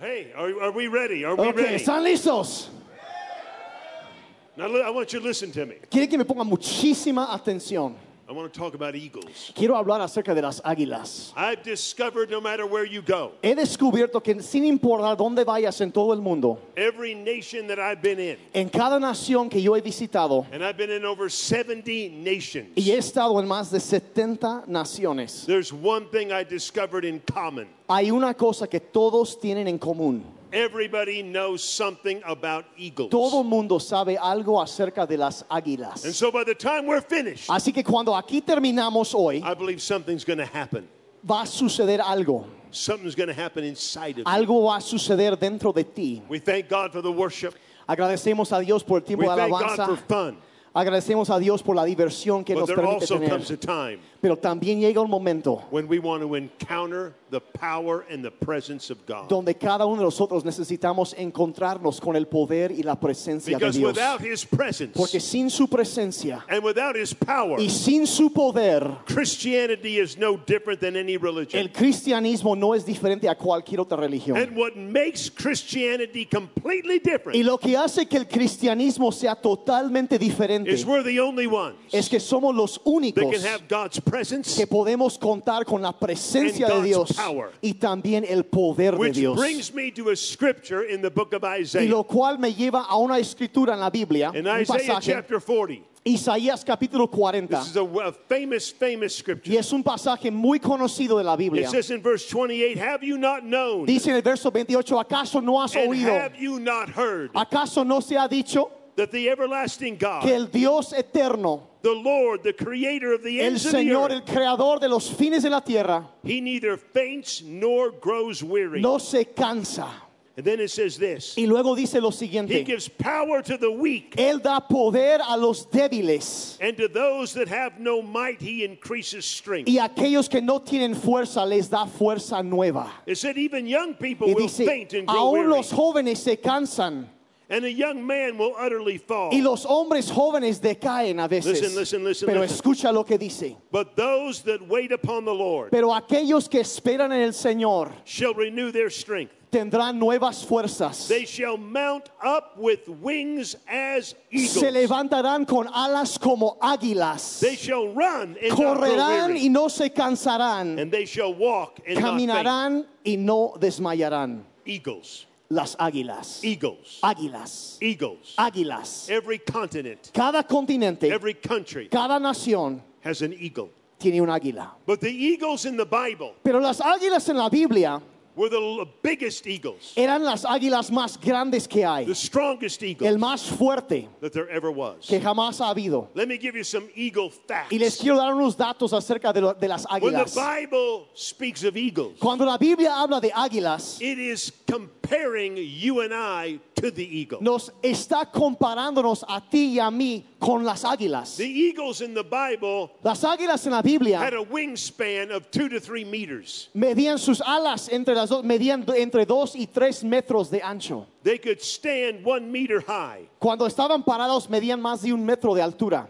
Hey, are, are we ready? Are we Ok, ready? ¿están listos? Now, li- I want you to listen to me. Quiero que me pongan muchísima atención. I want to talk about eagles. Quiero hablar acerca de las águilas. I've discovered no matter where you go, He descubierto que sin importar dónde vayas en todo el mundo, every nation that I've been in, en cada nación que yo he visitado, and I've been in over 70 nations, y he estado en más de 70 naciones, there's one thing I discovered in common. hay una cosa que todos tienen en común. Everybody knows something about eagles. Todo el mundo sabe algo acerca de las And águilas. so by the time we're finished, Así que cuando aquí terminamos hoy, I believe something's going to happen. va a suceder algo. Something's going to happen inside of you. Algo va a suceder dentro de ti. We thank God for the worship. Agradecemos a Dios por el tiempo We de thank God alabanza. for fun. Agradecemos a Dios por la diversión que But nos there permite also tener. comes a time Pero también llega un momento when we want to encounter the power and the presence of God. donde cada uno de nosotros necesitamos encontrarnos con el poder y la presencia de Because Dios. without His Porque presence sin su presencia and without His power, y sin su poder, Christianity is no different than any religion. el cristianismo no es diferente a cualquier otra religión. And what makes Christianity completely Y different lo que hace que el cristianismo sea totalmente diferente is we're the only ones es que somos los that únicos can have God's presence, que podemos contar con la presencia And God's de Dios power. y también el poder de which Dios. brings me to a scripture in the book of Y Isaiah. lo cual me lleva a una escritura en la Biblia, In un Isaiah pasaje, chapter 40, Isaías capítulo 40. this is a, a famous, famous Y scripture. es un pasaje muy conocido de la It Biblia. says in verse 28, Have you not known? Dice en el verso 28, ¿acaso no has And oído? have you not heard ¿Acaso no se ha dicho that the everlasting God, que el Dios eterno, the Lord, the creator of the el ends of the Señor, earth, el creador de los fines de la tierra, he neither faints nor grows weary? no se cansa? And then it says this Y luego dice lo He siguiente, gives power to the weak, Él da poder a los débiles and to those that have no might, he increases strength. y a aquellos que no tienen fuerza les da fuerza nueva. It said, Even young people Y will faint dice, and grow aún weary, los jóvenes se cansan and a young man will utterly fall. y los hombres jóvenes decaen a veces. Listen, listen, listen, Pero listen. escucha lo que dice. But those that wait upon the Lord Pero aquellos que esperan en el Señor shall renew their strength. tendrán nuevas fuerzas. They shall mount up with wings as Se eagles. levantarán con alas como águilas. They shall run and not grow Correrán weary, y no se cansarán. and they shall walk and not Caminarán y no desmayarán. faint. Eagles, Las águilas. eagles, Águilas. eagles. Águilas. Every continent, Cada continente, every country cada nación has an eagle. tiene un águila. But the eagles in the Bible Pero las águilas en la Biblia were the l- biggest eagles, eran las águilas más grandes que hay. the strongest eagle El más fuerte that there ever was. que jamás ha habido. Let me give you some eagle facts. Y les quiero dar unos datos acerca de, lo- de las When the águilas. Bible speaks of eagles, Cuando la Biblia habla de águilas, it is comparing you and I to the eagle. nos está comparándonos a ti y a mí con las águilas. The eagles in the Bible Las águilas en la had Biblia a wingspan of two to three meters. medían sus alas entre las dos, medían entre 2 y 3 metros de ancho. They could stand one meter high. Cuando estaban parados medían más de un metro de altura.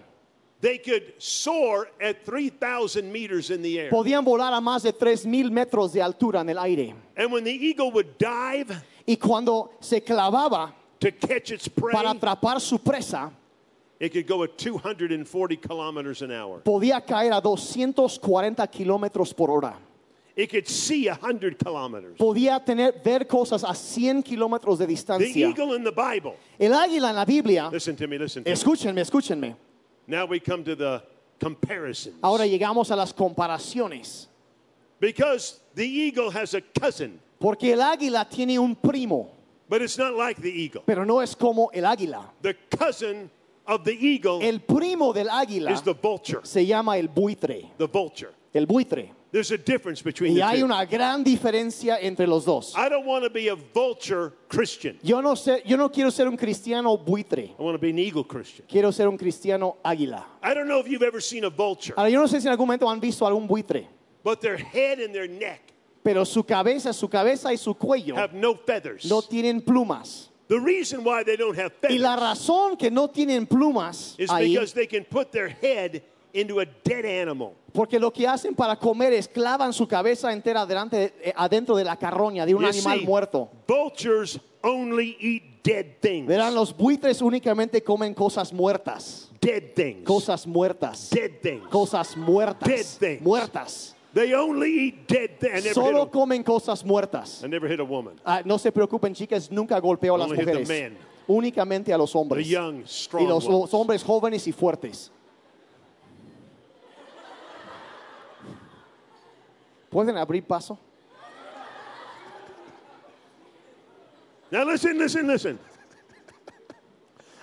They could soar at 3,000 meters in the air. Podían volar a más de 3000 metros de altura en el aire. And when the eagle would dive Y cuando se clavaba to catch its prey, para atrapar su presa, it could go at 240 kilometers an hour. podía caer a 240 kilómetros por hora. It could see 100 kilometers. Podía tener, ver cosas a 100 kilómetros de The distancia. eagle in the Bible. El águila en la Biblia, Listen to me, listen to me. escúchenme, escúchenme. Now we come to the comparisons. Ahora llegamos a las comparaciones. Because the eagle has a cousin, Porque el águila tiene un primo, but it's not like the eagle. pero no es como el águila. The cousin of the eagle El primo del águila is the vulture. se llama el buitre, The vulture. el buitre. There's a difference between Y the hay two. una gran diferencia entre los dos. I don't want to be a vulture Christian. Yo no, sé, yo no quiero ser un cristiano buitre, I want to be an eagle Christian. quiero ser un cristiano águila. I don't know if you've ever seen a vulture, Ahora, yo no sé si en algún momento han visto algún buitre, but their head and their neck pero su cabeza, su cabeza y su cuello have no feathers. no tienen plumas. The reason why they don't have Y la feathers razón que no tienen plumas is ahí because they can put their head into a dead animal. Porque lo que hacen para comer es clavan su cabeza entera delante- eh, adentro de la carroña de un You animal see, muerto. Vultures only eat dead things. Verán, los buitres únicamente comen cosas muertas. Dead things. Cosas muertas. Dead things. Cosas Dead muertas. things. Muertas. They only eat dead things. I never, Solo hit 'em. comen cosas muertas. a, I never hit a woman. Ah, no se preocupen, chicas, nunca golpeo a las Only hit the mujeres. men. Únicamente a los The hombres. Y young, strong los, ones. los hombres jóvenes y fuertes. ¿Pueden abrir paso? Now listen, listen, listen.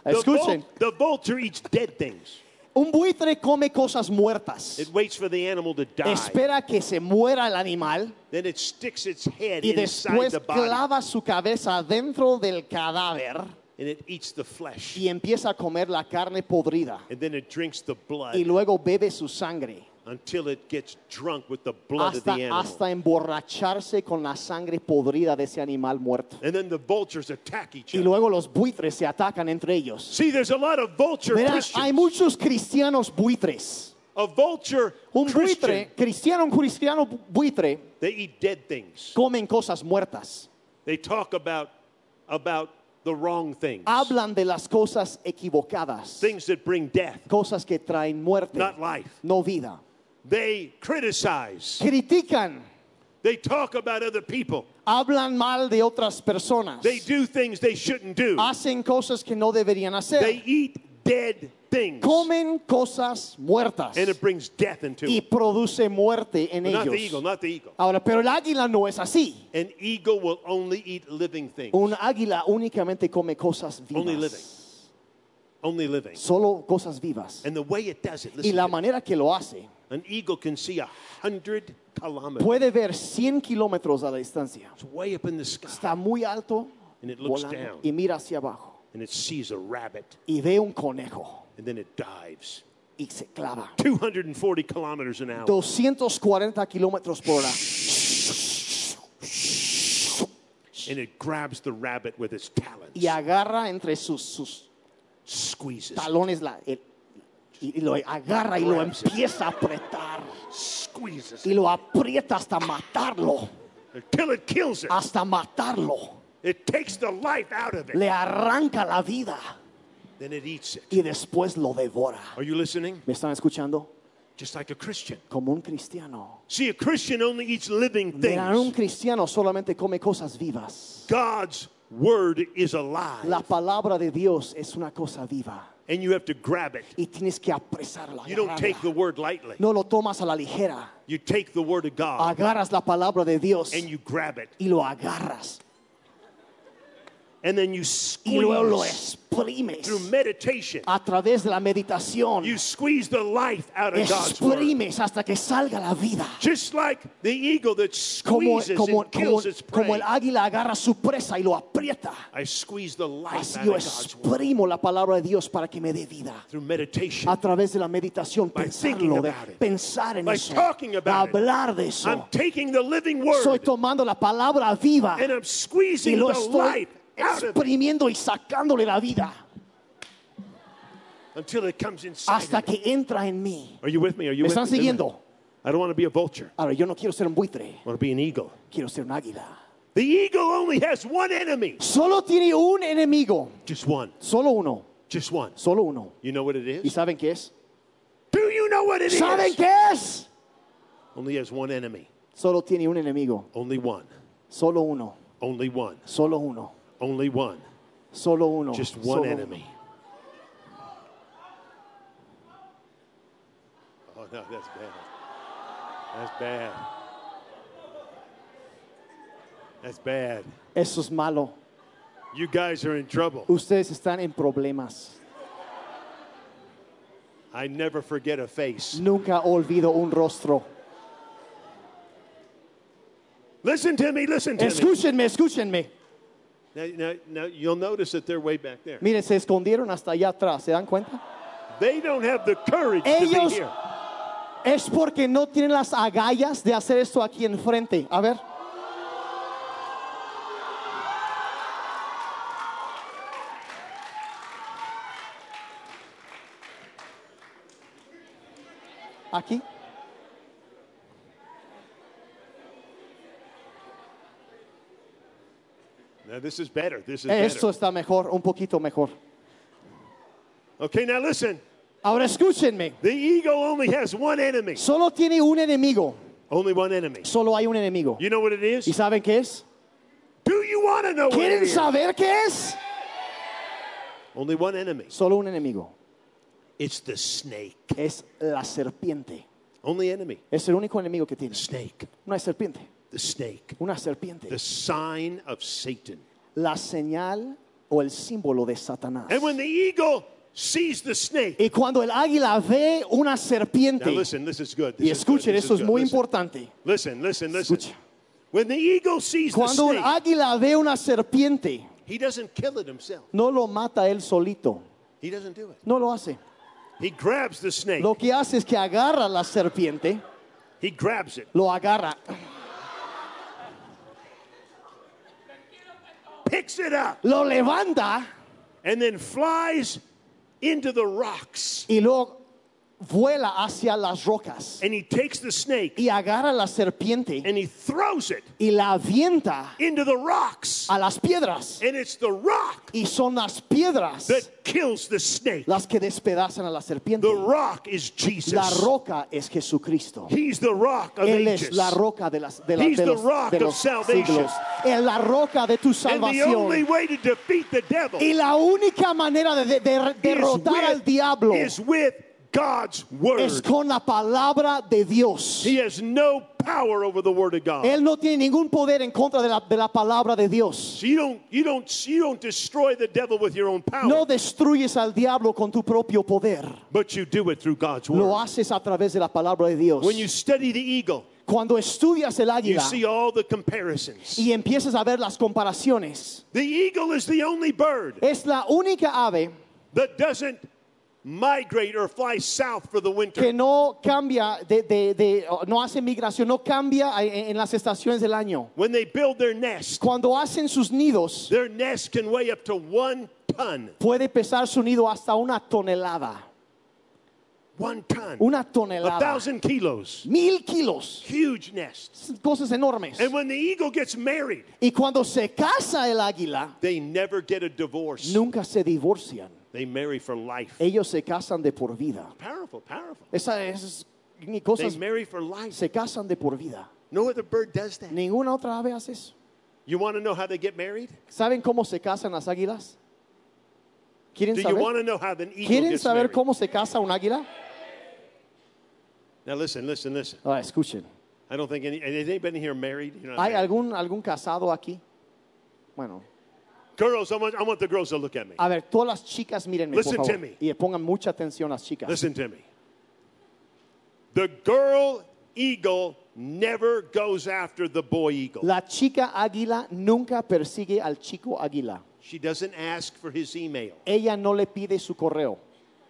The, Escuchen. vul- the vulture eats dead things. Un buitre come cosas muertas. It waits for the animal to die. Espera que se muera el animal Then it sticks its head y inside después the body clava su cabeza dentro del cadáver and it eats the flesh. y empieza a comer la carne podrida And then it drinks the blood y luego bebe su sangre until it gets drunk with the blood of the hasta, animal. hasta emborracharse con la sangre podrida de ese animal muerto. And then the vultures attack each Y other. luego los buitres se atacan entre ellos. See, there's a lot of vulture Verán, Christians. hay muchos cristianos buitres. a vulture Un Christian, buitre, cristiano, un cristiano buitre, they eat dead things. comen cosas muertas. They talk about about the wrong things. Hablan de las cosas equivocadas, Things that bring death, cosas que traen muerte, not life. no vida. They criticize. critican, They talk about other people. hablan mal de otras personas, They do things they shouldn't do. hacen cosas que no deberían hacer, They eat dead things. comen cosas muertas And it brings death into y it. produce muerte en Not the ellos. eagle, not the eagle. Ahora, pero el águila no es así. An eagle will only eat living things. Un águila únicamente come cosas Only living. vivas, Only living. solo cosas vivas. And the way it does it, Y listen, to la it. manera que lo hace an eagle can see a hundred kilometers. puede ver 100 kilómetros a la distancia. It's way up in the sky. Está muy alto And it looks volando, down. y mira hacia abajo And it sees a rabbit. y ve un conejo And then it dives. y se clava. 240 kilometers an hour. 240 kilómetros por hora. And it grabs the rabbit with its talons. y agarra entre sus, sus Squeezes. talones la, el- y, y lo agarra y lo empieza a apretar Squeezes. y lo aprieta hasta matarlo, Until it kills it. hasta matarlo. It takes the life out of it. Le arranca la vida Then it eats it. y después lo devora. Are you listening? ¿Me están escuchando? Just like a Christian. Como un cristiano. See, a Christian only eats living Verán, un things. cristiano solamente come cosas vivas. God's word is alive, La palabra de Dios es una cosa viva and you have to grab it. y tienes que apresarla. You don't take the agarrarla. word lightly. No lo tomas a la ligera. You take the word of God Agarras la palabra de Dios and you grab it, y lo agarras and then you y luego lo squeeze exprimes through meditation. a través de la meditación. You squeeze the life out of God's word, Exprimes hasta que salga la vida. just like the eagle that Como, squeezes como, and como, kills its como prey. el águila agarra su presa y lo aprieta. I squeeze the life Así out of yo God's word exprimo la palabra de Dios para que me dé vida. through meditation. A través de la meditación, By pensarlo, thinking de about it. pensar en By eso, talking about it. hablar de I'm eso. taking the living Estoy word tomando la palabra viva and I'm y squeezing the lo life estoy out of it exprimiendo y sacándole la vida until it comes inside. hasta of me. que entra en mí. Are you with me? Are you ¿Me with están me? siguiendo? I don't want to be a vulture. Ahora, yo no quiero ser un buitre. I want to be an eagle. quiero ser un águila. The eagle only has one enemy. Solo tiene un enemigo. Just one. Solo uno. Just one. Solo uno. You know what it ¿Y is? saben qué es? Do you know what it is? ¿Saben qué es? Only has one enemy. Solo tiene un enemigo. Only one. Solo uno. Only one. Solo uno. Only one. Solo uno. Just one Solo enemy. uno. Oh no, that's bad. That's bad. That's bad. Eso es malo. You guys are in trouble. Ustedes están en problemas. I never forget a face. Nunca olvido un rostro. Listen to me, listen to me. Escúchenme, escúchenme. Now, now, now you'll notice that they're way back there. Miren, se escondieron hasta allá atrás. ¿Se dan cuenta? They don't have the courage to Ellos- be here. Es porque no tienen las agallas de hacer esto aquí enfrente. A ver. aquí. Now, this is better. This is Esto better. está mejor, un poquito mejor. Okay, now listen. Ahora escúchenme. The ego only has one enemy. Solo tiene un enemigo. Only one enemy. Solo hay un enemigo. You know what it ¿Y is? saben qué es? Do you want to know what it ¿Quieren is? saber qué es? Only one enemy. Solo un enemigo. It's the snake. Es la serpiente. Only enemy. Es el único enemigo que tiene. Snake. Una serpiente. The snake. Una serpiente. The sign of Satan. La señal o el símbolo de Satanás. And when the eagle sees the snake. Y cuando el águila ve una serpiente, Now listen, this is good. This y is good, escuchen, this esto es good. muy Listen. importante. Listen, listen, listen. Escucha. When the eagle sees the Cuando un snake, águila ve una serpiente, he doesn't kill it himself. no lo mata él solito. He doesn't do it. No lo hace. He grabs the snake. Lo que hace es que agarra la serpiente, He grabs it, lo agarra, picks it up, lo levanta and then flies into the rocks. y luego vuela hacia las rocas. And he takes the snake Y agarra la serpiente and he throws it y la avienta into the rocks. a las piedras. And it's the rock Y son las piedras that kills the snake. las que despedazan a la serpiente. The rock is La Jesus. roca es Jesucristo. He's the rock of Él es ages. la roca de, las, de, la- He's de the los, rock de of los salvation. siglos. Es la roca de tu And the only salvación. way to defeat the devil Y la única manera de, de- de is derrotar al with, diablo is with God's es word. con la palabra de Dios. He has no power over the word of God. Él no tiene ningún poder en contra de la, de la palabra de Dios. So you don't you don't you don't destroy the devil with your own power, No destruyes al diablo con tu propio poder. but you do it through God's word. Lo haces a través de la palabra de Dios. When you study the eagle, Cuando estudias el you águila see all the comparisons. y empiezas a ver las comparaciones, The eagle is the only bird es la única ave that doesn't migrate or fly south for the que winter. no cambia, de, de- de- o no hace migración, no cambia en, en las estaciones del año. When they build their nest, Cuando hacen sus nidos, their nest can weigh up to one ton. puede pesar su nido hasta una tonelada. One ton. Una A tonelada. thousand kilos. Mil kilos. Huge nest. Cosas enormes. And when the eagle gets married, Y cuando se casa el águila, they never get a divorce. nunca se divorcian. They marry for life. Ellos se casan de por vida. Powerful, powerful. Esa es They ni cosas marry for life. se casan de por vida. No other bird does that. Ninguna otra ave hace eso. You want to know how they get married? ¿Saben cómo se casan las águilas? ¿Quieren Do you saber? want to know how an eagle ¿Quieren gets saber married? cómo se casa un águila? Now listen, listen, listen. Ahora, Ah, escuchen. I don't think any has anybody here married? You're not ¿Hay married. algún, algún casado aquí? Bueno, Girls, I want, I want the girls to look at me. a ver, todas las chicas mírenme, Listen to por favor. me. Y pongan mucha atención las chicas. Listen to me. The girl eagle never goes after the boy eagle. La chica águila nunca persigue al chico águila. She doesn't ask for his email, Ella no le pide su correo,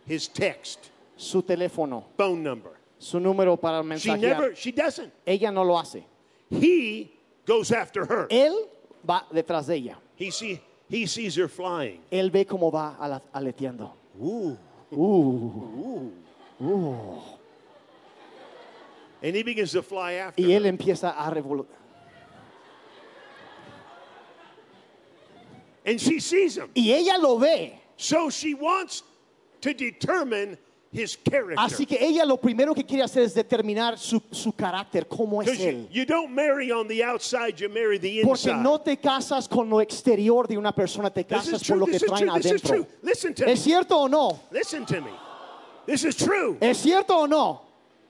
his text, su teléfono, phone number. su número para She mensajear. never she doesn't. Ella no lo hace. He goes after her. Él va detrás de ella. He see he sees her flying. Él ve cómo va ala- aleteando. Ooh. And he begins to fly after Y her. él empieza a revolotear. And she sees him. Y ella lo ve. So she wants to determine his Así character. que ella lo primero que quiere hacer es determinar su, su carácter, cómo es Because él. you, you don't marry on the outside, you marry the Porque inside. no te casas con lo exterior de una persona, te this is casas por true. lo que This is traen true. This is adentro. true. Listen to me. ¿Es cierto o no? Listen to me. This is true. ¿Es cierto o no?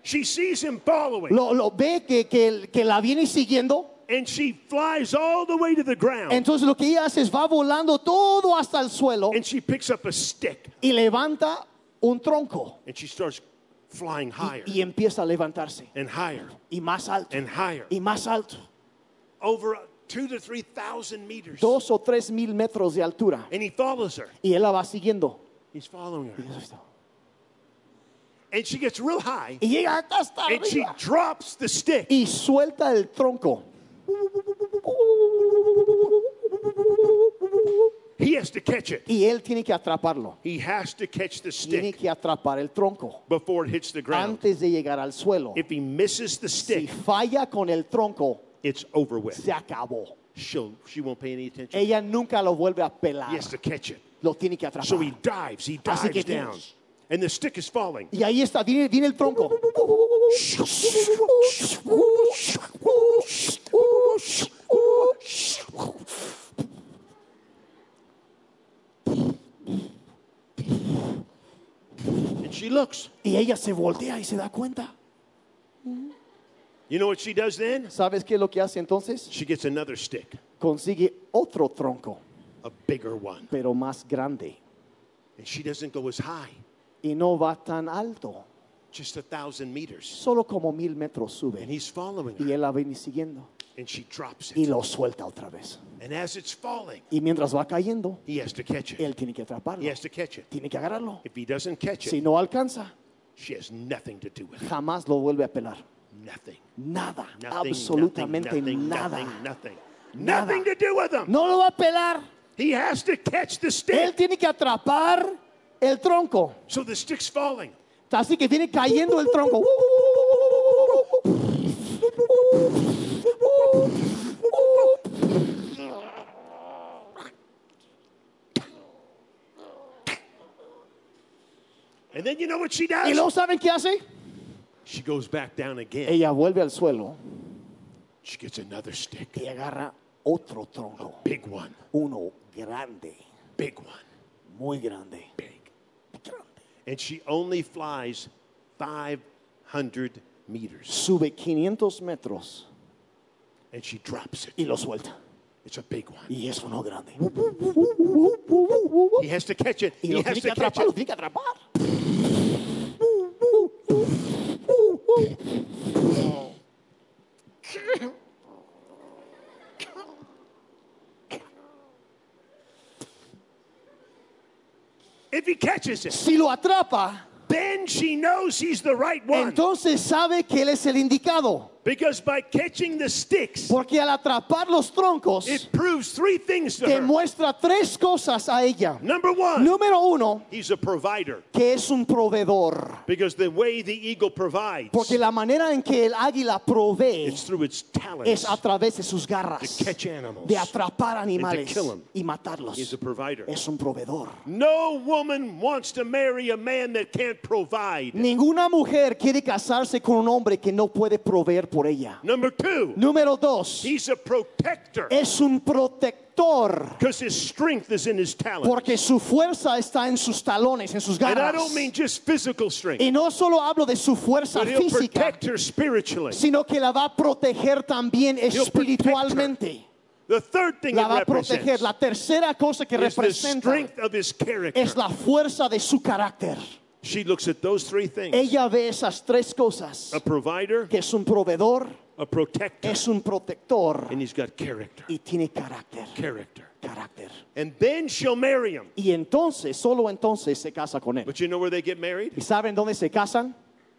She sees him following Lo, lo ve que, que, que la viene siguiendo. and she flies all the way to the ground Entonces lo que ella hace es va volando todo hasta el suelo and she picks up a stick y levanta un tronco and she starts flying higher y empieza a levantarse. and higher Y más alto. and higher Y más alto. over two to three thousand meters. Dos o tres mil metros de altura. And he follows her. Y él la va siguiendo. He's following her. And she gets real high Y llega hasta and she arriba. drops the stick. Y suelta el tronco. He has to catch it. y él tiene que atraparlo. He has to catch the Tiene stick que atrapar el tronco before it hits the ground. antes de llegar al suelo. If he misses the Si stick, falla con el tronco, it's over with. se acabó. She'll, she won't pay any attention. Ella nunca lo vuelve a pelar. He has to catch it. Lo tiene que atrapar. So he dives, he Así que dives down. tienes- And the stick is falling. Y ahí está, viene, viene el tronco. And she looks. Y ella se voltea y se da cuenta. You know what she does then? ¿Sabes qué es lo que hace entonces? She gets another stick, Consigue otro tronco, a bigger one. pero más grande. And she doesn't go as high, Y no va tan alto, just a thousand meters. solo como mil metros And sube. he's following Y her. él la viene siguiendo. And she drops Y it. lo suelta otra vez. And as it's falling, Y mientras va cayendo, he has to catch it. él tiene que atraparlo. He has to catch it. Tiene que agarrarlo. If he doesn't catch Si it, no alcanza, she has nothing to do with it. jamás lo vuelve a pelar. Nothing. Nada, Nothing, absolutamente nothing, nada. Nothing, nothing. Nada. Nothing to do with him. No lo va a pelar. He has to catch the Él stick. tiene que atrapar el tronco. So the stick's falling. Así que viene cayendo el tronco. And then you know what she ¿Y does? luego saben qué hace? She goes back down again. Ella vuelve al suelo She gets another stick. y agarra otro tronco. Big one. Uno grande, Big one. muy grande. Big. grande. And she only flies 500 meters. Sube 500 metros And she drops y it. lo suelta. It's a big one. Y es uno grande. He has to catch it. Y He lo has to tiene que catch atrapar, lo it. tiene que atrapar. If he catches it, Si lo atrapa, then she knows he's the right one. entonces sabe que él es el indicado. Because by catching the sticks, Porque al atrapar los troncos, it proves three things to her. demuestra tres cosas a ella. Number one, Número uno, he's a provider. que es un proveedor. Because the way the eagle provides, Porque la manera en que el águila provee it's through its talents es a través de sus to garras, catch animals. de atrapar animales kill 'em. y matarlos. He's a provider. Es un proveedor. No woman wants to marry a man that can't provide. Ninguna mujer quiere casarse con un hombre que no puede proveer por ella. Number two, Número dos, he's a protector es un protector. because his strength is in his talent. Porque su fuerza está en sus talones, en sus And I garras. don't mean just physical strength, Y no solo hablo de su fuerza but he'll física, protect her spiritually. sino que la va a proteger también protect espiritualmente. The third thing La it va a proteger. represents La tercera cosa que is the representa strength of his character. es la fuerza de su carácter. She looks at those three things Ella ve esas tres cosas, a provider, que es un proveedor, a protector, es un protector and he's got character. y tiene carácter. Character. Carácter. And then she'll marry him. Y entonces, solo entonces se casa con él. But you know where they get married? ¿Y saben dónde se casan?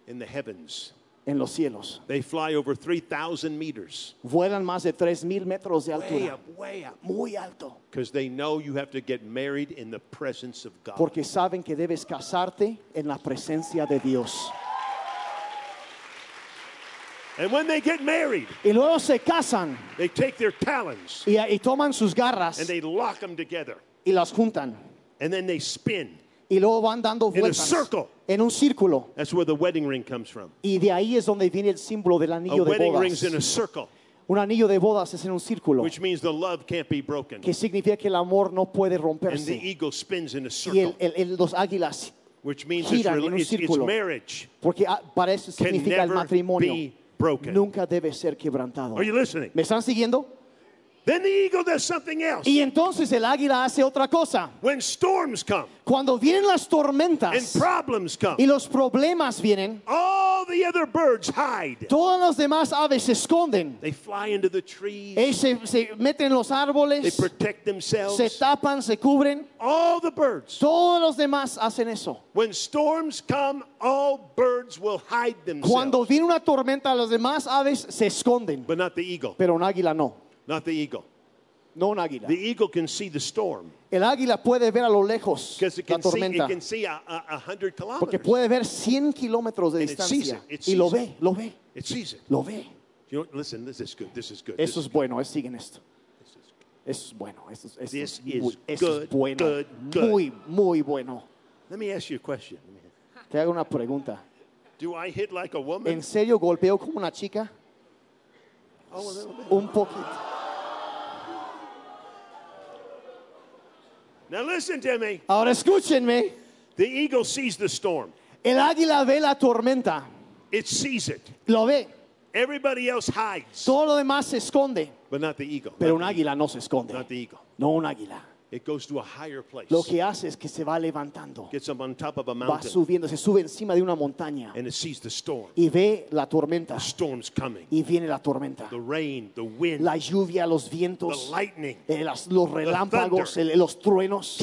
In the heavens. En los cielos. They fly over 3,000 meters. Vuelan más de 3.000 metros de Way altura. up, way up. Muy alto. Because they know you have to get married in the presence of God. porque saben que debes casarte en la presencia de Dios. And when they get married, Y luego se casan they take their talons y, y toman sus garras and they lock them together. y las juntan. And then they spin. Y luego van dando a vueltas circle. en un círculo. That's where the wedding ring comes from. Y de ahí es donde viene el símbolo del A anillo de wedding ring's bodas. in a circle, Un anillo de bodas es en un círculo, which means the love can't be broken. que significa que el amor no puede And the romperse. eagle spins in a Y el- circle, el- el- los águilas, which means it's, giran en rela- un it's, it's círculo. marriage porque ah, para eso can significa el never matrimonio, be broken. nunca debe ser quebrantado. Are you listening? ¿Me están siguiendo? Then the eagle does something else. Y entonces el águila hace otra cosa. When storms come Cuando vienen las and tormentas problems come, y los problemas vienen, all the other birds hide. todas las demás aves se esconden, They fly into the trees, Eh, se, se meten en los they árboles, protect se themselves. tapan, se cubren. All the birds. Todos los demás hacen eso. When storms come, all birds will hide Cuando themselves. viene una tormenta, las demás aves se esconden, But not the eagle. pero un águila no. Not the eagle. no un águila. The eagle can see the storm El águila puede ver a lo lejos because it la can see tormenta it can see a, a, a hundred porque kilometers. puede ver 100 kilómetros de And it sees distancia it, it y lo sees ve, lo ve, It sees it. lo ve. You know, listen, this is good. This is good. Eso this, es bueno, eh, siguen esto. Eso es bueno, eso, es- eso This es, is muy, eso es good, bueno, good, good. muy, muy bueno. Let me ask you a question. Let me- Te hago una pregunta. Do I hit like a woman? ¿En serio golpeó como una chica? oh, a little bit. Un poquito. Now listen to me. Ahora escúchenme. The eagle sees the storm. El águila ve la tormenta, It sees it. lo ve. Everybody else hides, Todo lo demás se esconde, but not the eagle. pero not un the águila no se eagle, Not the esconde. eagle. No un águila. It goes to a higher place. Lo que hace es que se va levantando, Gets up on top of a va mountain subiendo, se sube encima de una montaña and it sees the storm. y ve la tormenta Storm's coming. y viene la tormenta. The rain, the wind, La lluvia, los the vientos, lightning. eh, las- los relámpagos, el- los truenos.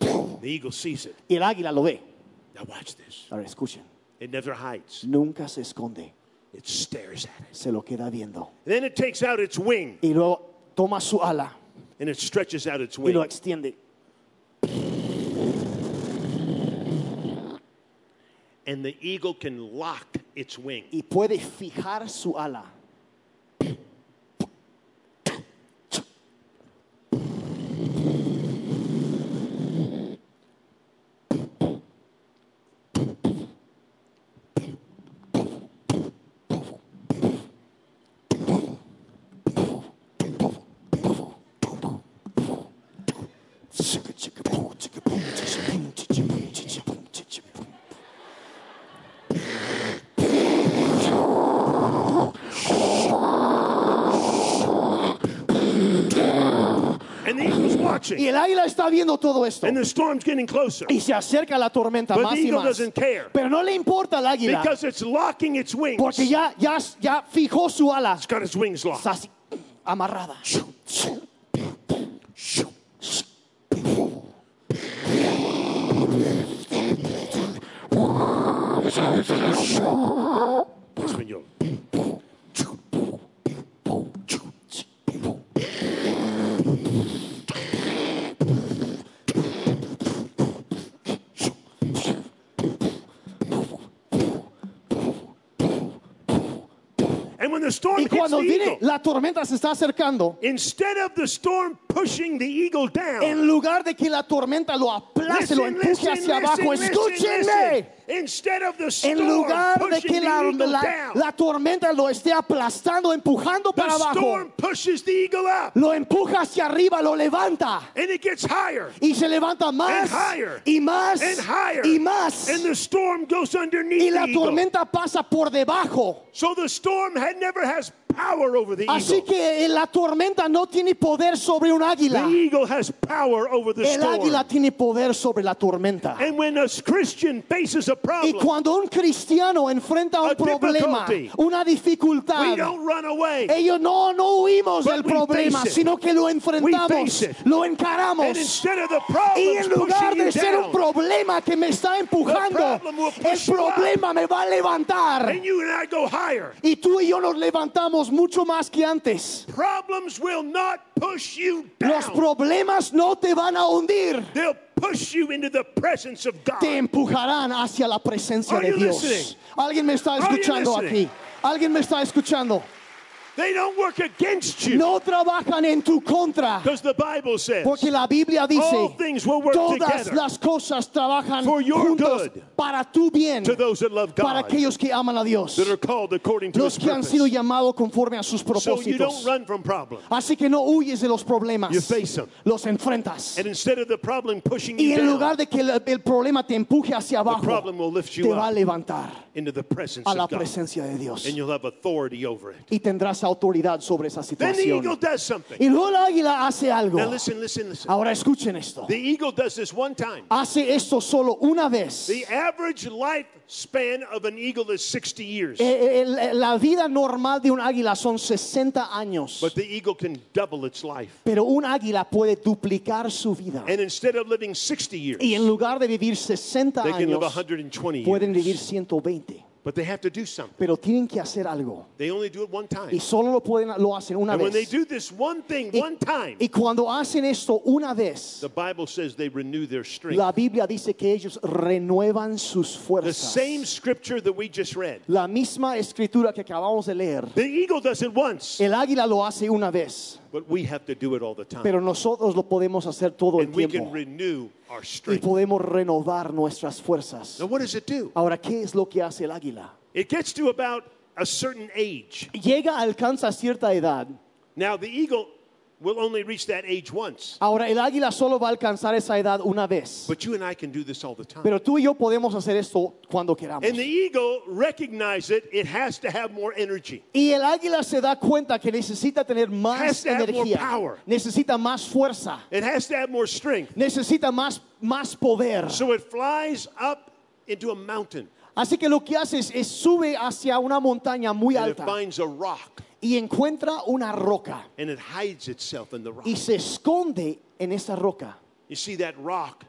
The eagle sees it. Y el águila lo ve. Now watch this. Ahora escuchen, It never hides. nunca se esconde, It stares at it. se lo queda viendo. Then it takes out its wing Y luego toma su ala and it stretches out its y lo wing. extiende. And the eagle can lock its wing. y puede fijar su ala. And the eagle's Y watching. el águila está viendo todo esto. And the storm's getting closer Y se acerca la tormenta But más the y eagle más. doesn't care. Pero no le importa al águila. because it's locking its wings. Porque It's ya, ya, ya fijó su ala. got its wings locked. Está así, amarrada. Español. And when the storm Y hits cuando the viene, eagle, la tormenta se está acercando. instead of the storm pushing the eagle down, En lugar de que la tormenta lo aplace, lo listen, empuje listen, hacia listen, abajo, listen, escúchenme. listen. Instead of the storm En lugar de pushing que la, the eagle la, down, la tormenta lo esté aplastando, empujando para the abajo, storm pushes the eagle up, lo empuja hacia arriba, lo levanta and it gets higher. y se levanta más higher. y más and higher y más. and the storm goes underneath Y la the eagle. tormenta pasa por debajo. so the storm had never has power over the Así eagle que eh, la tormenta no tiene poder sobre un águila. the eagle has power over the El storm águila tiene poder sobre la tormenta. and when a christian faces a Y problem cuando un cristiano enfrenta A un problema, difficulty. una we dificultad, don't run away ellos no, no huimos But del we problema, face it. sino que lo We enfrentamos, face it. lo and encaramos. instead of the Y problem en lugar pushing you de ser down, un problema que me está empujando, problem will el push you up. problema me va a levantar. and you and i go higher Y tú y yo nos levantamos mucho más que antes. problems will not push you down Los problemas no te van a hundir, they'll push you into the presence of god te empujarán hacia la presencia Are de you Dios. listening? Alguien me está Are you escuchando listening? aquí. Alguien me está escuchando. they don't work against you No trabajan en tu contra, because the bible says porque la Biblia all dice things will work todas together las cosas trabajan for your juntas good para tu bien, to those that love para god aquellos que aman a Dios, that are called according to los his que han purpose. sido llamados conforme a sus So you don't propósitos. run from problems. Así que no huyes de los problemas, You face them. los enfrentas. And instead of the problem pushing Y you en down, lugar de que el, el problema te empuje hacia abajo, problem will lift you te va up. a levantar. into the presence a la of God. presencia de Dios. And you'll have authority over it. Y tendrás autoridad sobre esa Then the situación. eagle does something. Y luego el águila hace algo. Now listen, listen, listen. Ahora escuchen esto. The eagle does this one time. Hace esto solo una vez. The average lifespan of an eagle is 60 years, Eh, eh, la- la vida normal de un águila son 60 años. but the eagle can double its life. Pero un águila puede duplicar su vida. And instead of living 60 years, Y en they lugar de vivir 60 can live años, 120 pueden years. vivir 120. But they have to do something. Pero tienen que hacer algo. They only do it one time. Y solo lo pueden lo hacen una And when they vez. do this one thing, Y- one time, Y cuando hacen esto una vez, the Bible says they renew their strength. la Biblia dice que ellos renuevan sus The fuerzas. same scripture that we just read. La misma escritura que acabamos de leer. The eagle does it once, El águila lo hace una vez, but we have to do it all the time. pero nosotros lo podemos hacer todo el Ah. And we can tiempo renew our y strength. podemos renovar nuestras fuerzas. Now, what does it do? Ahora, ¿qué es lo que hace el águila? It gets to about a certain age. Llega, alcanza cierta edad. Now, the eagle will only reach that age once, Ahora, el águila solo va a alcanzar esa edad una vez, but you and I can do this all the time. pero tú y yo podemos hacer esto cuando queramos. And the eagle recognizes it, it has to have more energy. Y el águila se da cuenta que necesita tener Has más to have more energía, power. necesita más fuerza, It has to have more strength. necesita más, más poder. So it flies up into a mountain Así que lo que hace es, es sube hacia una montaña muy and it alta finds a rock y encuentra una roca and it hides itself in the rock. y se esconde en esa roca. You see, that rock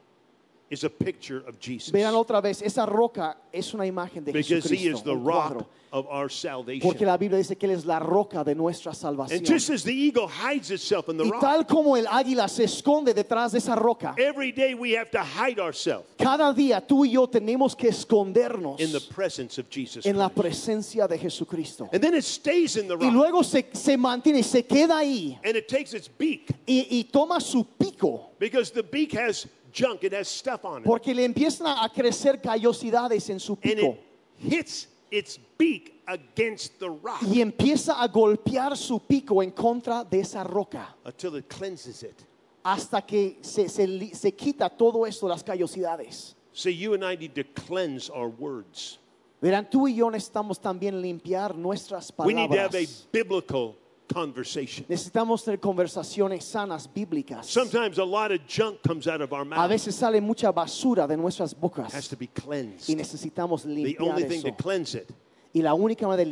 is a picture of Jesus Vean otra vez, esa roca es una imagen de because he Jesucristo, is the un cuadro, rock of our porque salvation. la Biblia dice que él es la roca de nuestra salvación. And just as the eagle hides itself in the Y rock, tal como el águila se esconde detrás de esa roca, every day we have to hide ourselves. cada día tú y yo tenemos que escondernos in the presence of Jesus. en la Christ. presencia de Jesucristo. and then it stays in the Y rock luego se, se mantiene, se queda ahí and it takes its beak y- y toma su pico because the beak has junk, it has stuff on it, Porque le empiezan a a crecer callosidades en su and pico it hits its beak against the rock y empieza a golpear su pico en contra de esa roca until it cleanses it. hasta que se, se li- se quita todo esto, las callosidades. See, you and I need to cleanse our words. Verán, tú y yo necesitamos también limpiar nuestras We need to have a palabras. biblical conversation. Necesitamos tener conversaciones sanas, bíblicas. Sometimes a lot of junk comes out of our A mouth. veces sale mucha basura de nuestras has bocas to be cleansed. y necesitamos The limpiar only thing eso. to cleanse it Y la única manera de is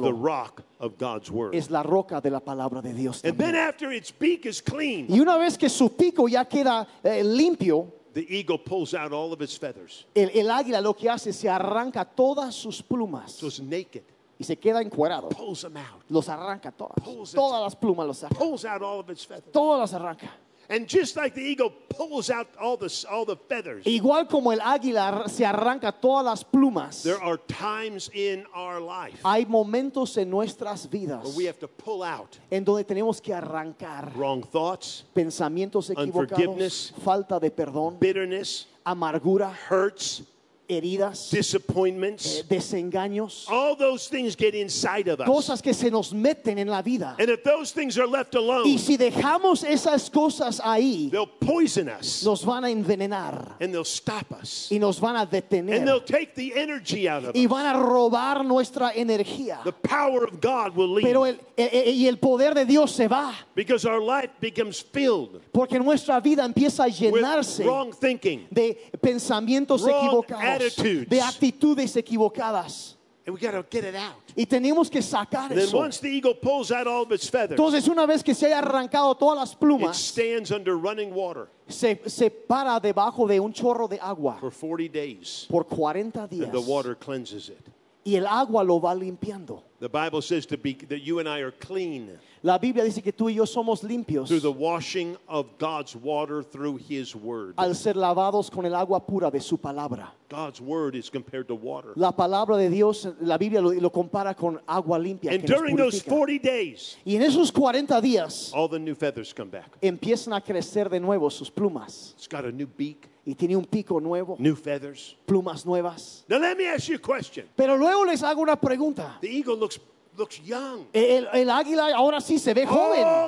the limpiarlo rock of God's word. es la roca de la palabra de Dios. And también. then after its beak is clean, Y una vez que su pico ya queda eh, limpio, The eagle pulls out all of its feathers. el, el águila lo que hace es se arranca todas sus plumas So it's naked. y se queda encuerado. Pulls them out. Los arranca todas. Pulls it. Todas las plumas los saca. Pulls out all of its feathers. Todas las arranca. And just like the eagle pulls out all the, all the feathers, Igual como el águila ar- se arranca todas las plumas, there are times in our life hay momentos en nuestras vidas where we have to pull out en donde tenemos que arrancar wrong thoughts, pensamientos Unforgiveness. equivocados, falta de perdón, bitterness, amargura, hurts, heridas, disappointments. eh, desengaños, All those things get inside of us. cosas que se nos meten en la vida. And if those things are left alone, Y si dejamos esas cosas ahí, they'll poison us nos van a envenenar and they'll stop us. y nos van a And they'll detener take the energy out of y us. van a robar nuestra energía. The power of God will leave. Pero el, e- e- y el poder de Dios se va Because our life becomes filled porque nuestra vida empieza a with llenarse wrong thinking. de pensamientos wrong equivocados, attitudes. de actitudes equivocadas. And we got to get it out. Y tenemos que sacar And then eso. once the eagle pulls out all of its feathers, Entonces, una vez que se haya arrancado todas las it plumas, stands under running water se, se para debajo de un chorro de agua for 40 days. por 40 días And the water cleanses it. y el agua lo va limpiando. The Bible says to be, that you and I are clean La Biblia dice que tú y yo somos limpios through the washing of God's water through His Word. al ser lavados con el agua pura de su palabra. God's Word is compared to water. La palabra de Dios, la Biblia lo, lo compara con agua limpia. And que nos during those purifica. 40 days, y en esos 40 días all the new feathers come back. empiezan a crecer de nuevo sus plumas It's got a new beak, y tiene un pico nuevo, new feathers. plumas nuevas. Now, let me ask you a question. Pero luego les hago una pregunta. The eagle looks, looks young. El, el águila ahora sí se ve All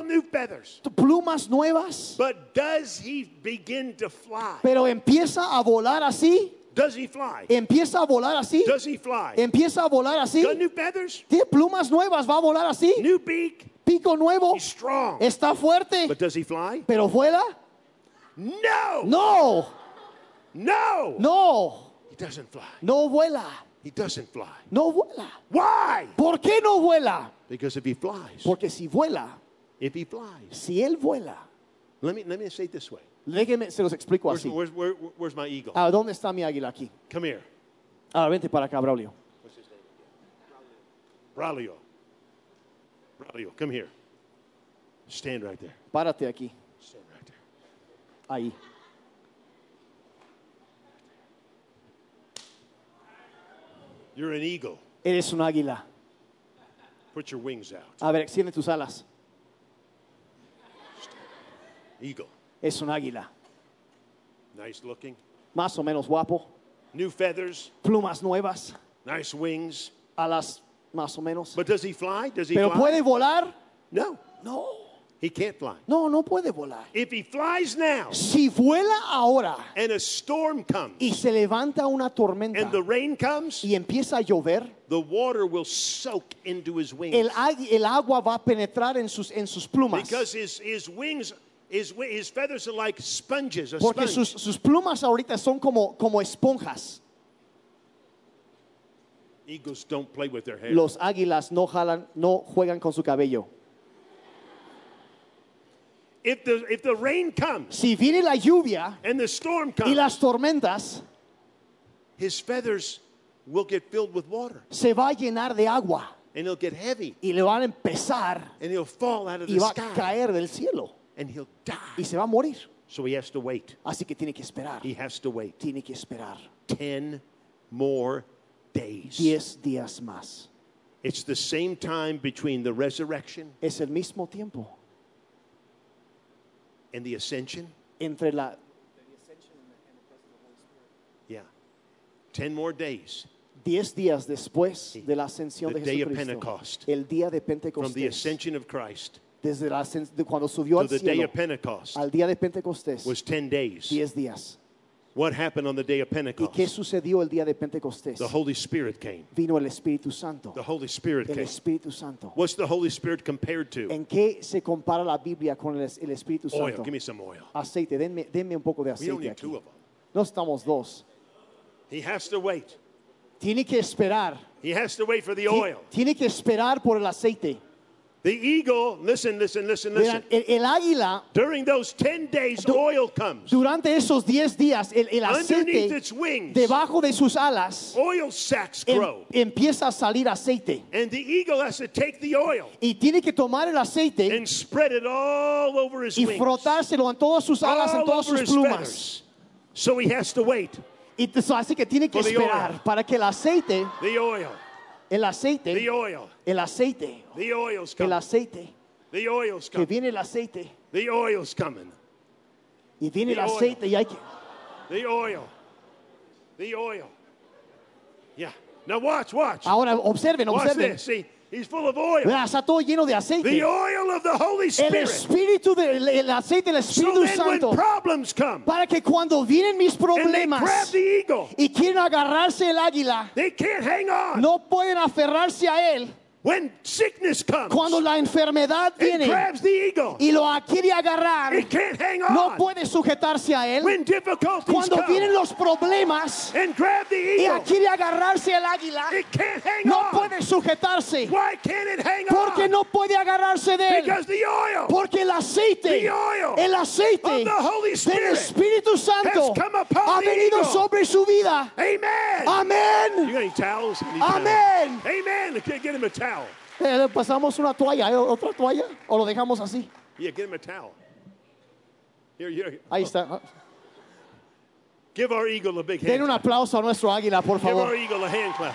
joven, new feathers. plumas nuevas, But does he begin to fly? pero empieza a volar así. Does he fly? Empieza a volar así. Does he fly? Empieza a volar así. Got new feathers? Tiene plumas nuevas, va a volar así. New beak? Pico nuevo. He's strong. Está fuerte. But does he fly? Pero vuela. No! No, No! no, He doesn't fly. no vuela. He doesn't fly. No vuela. Why? ¿Por qué no vuela? Because if he flies, Porque si vuela, if he flies, si él vuela, let me, let me say it this way. déjeme, se los explico Where's, así. where's, where, where's my eagle? ¿A dónde está mi águila aquí? Come here. Ahora vente para acá, Braulio. Braulio. Braulio, come here. Stand right there. Párate aquí, Stand right there. ahí. You're an eagle. Eres un águila. Put your wings out. A ver, extiende tus alas. Eagle. Es un águila. Nice looking. Más o menos guapo. New feathers, Plumas nuevas. nice wings. Alas más o menos. But does he fly? Does he Pero fly? puede volar. No, No, he can't fly. no, no puede volar. If he flies now Si vuela ahora and a storm comes y se levanta una tormenta and the rain comes, y empieza a llover, the water will soak into his el, wings. águi- el agua va a penetrar en sus, en sus plumas. Because his, his wings, his, wi- his feathers are like sponges, a Porque sponge. sus, sus plumas ahorita son como, como esponjas. Eagles don't play with their hair. Los águilas no jalan, no juegan con su cabello. If the, if the rain comes Si viene la lluvia and the storm y comes, las tormentas, his feathers will get filled with water se va a llenar de agua and he'll get heavy y le van a empezar and he'll fall out of y the va a sky caer del cielo and he'll y die. se va a morir. So he has to wait. Así que tiene que esperar, He has to wait tiene que esperar 10 more days. 10 días más. It's the same time between the resurrection Es el mismo tiempo and the ascension. entre la Yeah. 10 more days 10 días después de la ascensión The de day of Jesucristo, Pentecost. el día de from the Pentecostés, ascension of Christ desde la ascens- de cuando subió to al the day cielo of Pentecost al día de Pentecostés, was 10 days. 10 días. What happened on the day of ¿Y qué Pentecost? sucedió el día de Pentecostés? The Holy Spirit came. Vino el Espíritu Santo, The Holy Spirit el came. Espíritu Santo. What's the Holy Spirit compared to? ¿En qué se compara la Biblia con el, el Espíritu Oil. Santo? Give me some oil. Aceite, denme, denme un poco de We don't aceite need aquí. two of them. No estamos dos. He has to wait. Tiene que esperar. He has to wait for the Ti- oil. Tiene que esperar por el aceite. The eagle, listen, listen, listen, listen. Verán, el, el águila, During those 10 days, Du- oil comes. durante esos 10 días, el, el Underneath aceite its wings, debajo de sus alas oil sacs em- grow. empieza a salir aceite. And the eagle has to take the oil Y tiene que tomar el aceite and spread it all over his y wings. frotárselo en todas sus alas, en all todas over sus his plumas. feathers. So he has to wait. Y t- así que tiene que For the esperar oil. para que el aceite, The oil, el the aceite, oil, el aceite, the oil's el coming. aceite, The oil's que coming. viene el aceite The oil's coming. y viene el The oil. aceite y hay que... The oil, the oil. Yeah. Now watch, watch. Ahora observen, Watch observen. this. See, he's full of oil. Verá, Está todo lleno de aceite. The oil of the Holy El Spirit. espíritu del el aceite del So Espíritu then when Santo problems come, para que cuando vienen mis and they grab problemas the eagle. y quieren agarrarse el águila, They can't hang on. no pueden aferrarse a él. When sickness comes, Cuando la enfermedad it viene grabs the eagle. y lo quiere agarrar, It can't hang on. no puede sujetarse a él. When difficulties Cuando come vienen los problemas and grab the y eagle, quiere agarrarse el águila, it can't hang no on. puede sujetarse Why can't it hang porque on? no puede agarrarse de él. Because the oil Porque el aceite, The oil el aceite of the Holy del Spirit Espíritu Santo has come upon ha the venido eagle. sobre su vida. Amen. you Amén. got any towels? Any Amen. towels? Amen. Okay, Get him a towel. Eh, le pasamos una toalla, ¿eh? otra toalla, o lo dejamos así. Yeah, get him a towel. Here, here. Ahí está. Give our eagle a big hand. Den un aplauso a nuestro águila, por Give our favor. eagle a hand clap.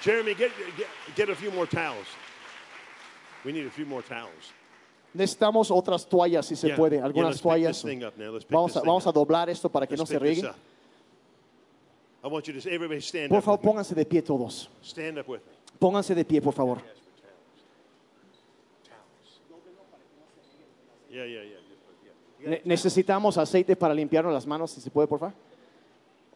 Jeremy, get, get, get a few more towels. We need a few more towels. Necesitamos otras toallas, si se Yeah, puede, yeah, algunas let's pick this toallas. thing up now. Let's pick Vamos this a, thing vamos a up. doblar esto para que Let's no se pick this riegue. up. I want you to everybody stand Por up. favor, with me. pónganse de pie todos. Stand up with me. Pónganse de pie, por favor. Yeah, yeah, yeah. Ne- necesitamos aceite para limpiarnos las manos, si se puede, por favor.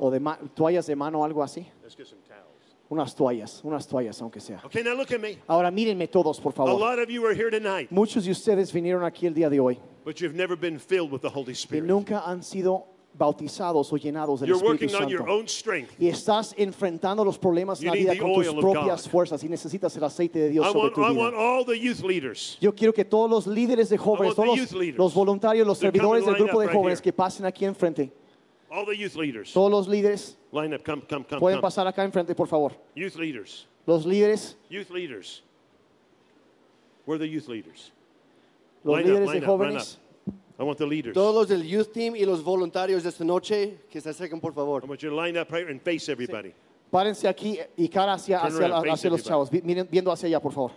o de ma- toallas de mano, algo así. Let's get some towels. Unas toallas, unas toallas aunque sea. Okay, now look at me. Ahora mírenme todos, por A favor. lot of you are here tonight, Muchos de ustedes vinieron aquí el día de hoy but you've never been filled with the Holy que Spirit. nunca han sido bautizados o llenados del You're Espíritu working on your Santo. own strength. Y estás enfrentando los problemas en You la need vida the con tus oil of propias God. fuerzas y necesitas el aceite de Dios I sobre want, tu I vida. want all the youth leaders. Yo quiero que todos los líderes de want jóvenes, the todos youth los, leaders los voluntarios, los to come servidores and del line grupo up de right jóvenes here. que pasen aquí enfrente. All the youth leaders. Todos los líderes Line up. Come, come, come, pueden come. pasar acá enfrente, por favor. Youth leaders. Los líderes, Youth leaders. Where are the youth leaders? los Line up, líderes line de up, line jóvenes. up. I want the leaders. Todos los del Youth Team y los voluntarios de esta noche, que se acerquen por I favor. want you to line up right here and face everybody. Párense aquí y cara hacia, Turn hacia, around, hacia face los everybody. chavos. Vi- Miren, viendo hacia allá, por favor.